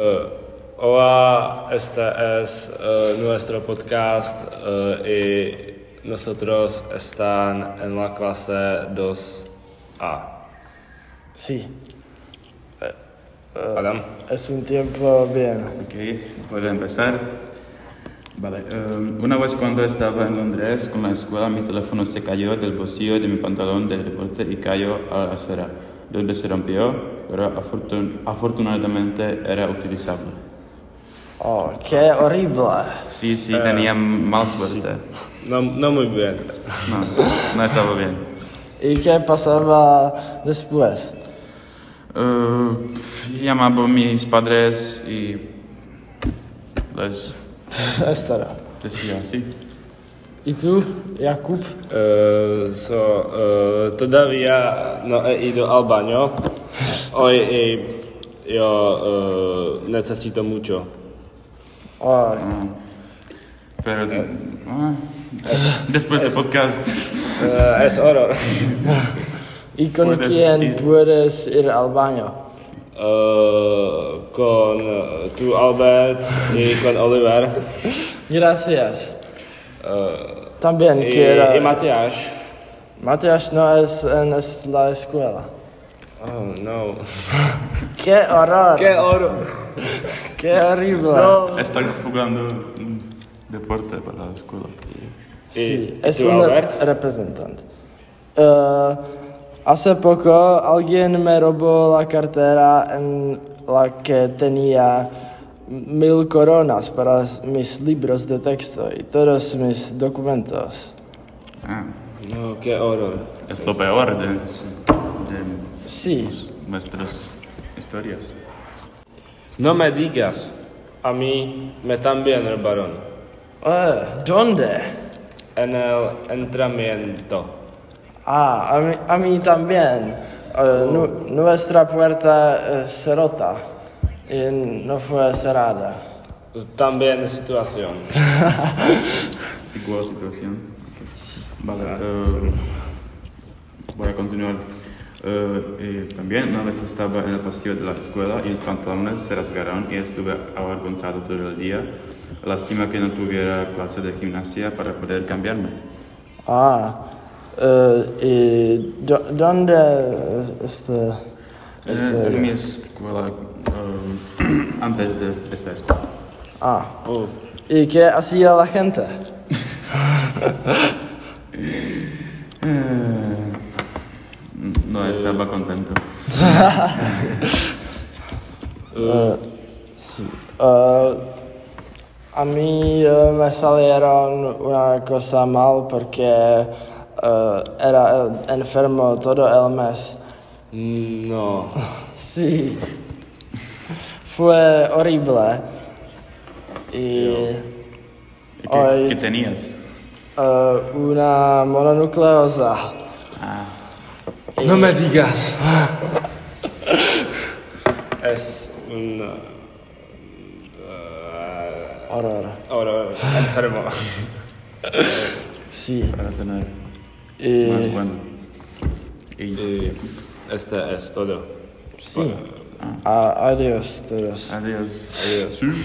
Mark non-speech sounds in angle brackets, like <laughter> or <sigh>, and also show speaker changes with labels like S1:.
S1: Eh, hola, este es eh, nuestro podcast eh, y nosotros están en la clase 2A.
S2: Sí,
S1: Adam,
S2: es un tiempo bien.
S3: Ok, puedo empezar. Vale, em, una vez cuando estaba en Londres con la escuela, mi teléfono se cayó del bolsillo de mi pantalón del deporte y cayó a la acera, donde se rompió, pero afortun- afortunadamente era utilizable.
S2: Oh, qué horrible.
S3: Sí, sí, tenía mal suerte.
S1: no, no muy bien.
S3: No, no estaba bien.
S2: ¿Y qué pasaba después? <laughs>
S3: Eh, llamaba a mis padres y les
S2: Estará.
S3: decía así.
S2: ¿Y tú, Jakub?
S1: Eh, so, eh, todavía no he ido al baño. Hoy eh, yo eh, necesito mucho.
S2: Oh,
S3: Pero ah, después del podcast.
S1: Eh, es horror.
S2: ¿Y con
S3: Puedes
S2: quién
S3: ir.
S2: puedes ir al baño?
S1: Eh, con eh, tu Albert y con Oliver
S2: Gracias.
S1: Eh,
S2: También
S1: y,
S2: quiero...
S1: y Matías.
S2: Matías no es en es- la escuela.
S1: Oh no.
S2: ¡Qué horror!
S1: Qué horror.
S2: ¡Qué horrible!
S3: Están jugando mm, deporte para la escuela.
S2: Sí,
S1: ¿Y-
S2: es
S1: y tú,
S2: un
S1: Albert?
S2: representante. Eh, hace poco alguien me robó la cartera en la que tenía mil coronas para mis libros de texto y todos mis documentos.
S3: Ah,
S1: No, qué horror.
S3: es lo peor de, de
S2: Sí,
S3: nos- nuestras historias.
S1: No me digas. A mí me también robaron.
S2: Eh, ¿dónde?
S1: En el entrenamiento.
S2: Ah, a mí, a mí también. Eh, nu- nuestra puerta eh, se rota y no fue cerrada.
S1: También situación. <laughs>
S3: Igual situación. Vale, eh, voy a continuar. Eh, y también una vez estaba en el pasillo de la escuela y mis pantalones se rasgaron y estuve avergonzado todo el día. Lástima que no tuviera clase de gimnasia para poder cambiarme.
S2: Ah, eh, ¿y do- dónde eh, este?
S3: Eh, en mi escuela, eh, <clears throat> antes de esta escuela.
S2: Ah,
S1: Oh.
S2: ¿y qué hacía la gente?
S3: Eh, No estaba contento.
S2: Eh, sí. eh, a mí eh, me salieron una cosa mal porque eh, era eh, enfermo todo el mes.
S1: No.
S2: Sí. <laughs> Fue horrible. Y
S3: ¿Y ¿Qué,
S2: Ay.
S3: qué tenías?
S2: eh, una mononucleosa.
S1: No me digas. <laughs> Es un eh,
S2: Horror.
S1: horror <laughs> enfermo.
S2: Sí.
S3: Para tener
S2: Y-
S3: más bueno. Y
S1: Y este es todo.
S2: Sí. Ah, adiós, todos.
S3: adiós.
S1: Adiós.
S3: Sí.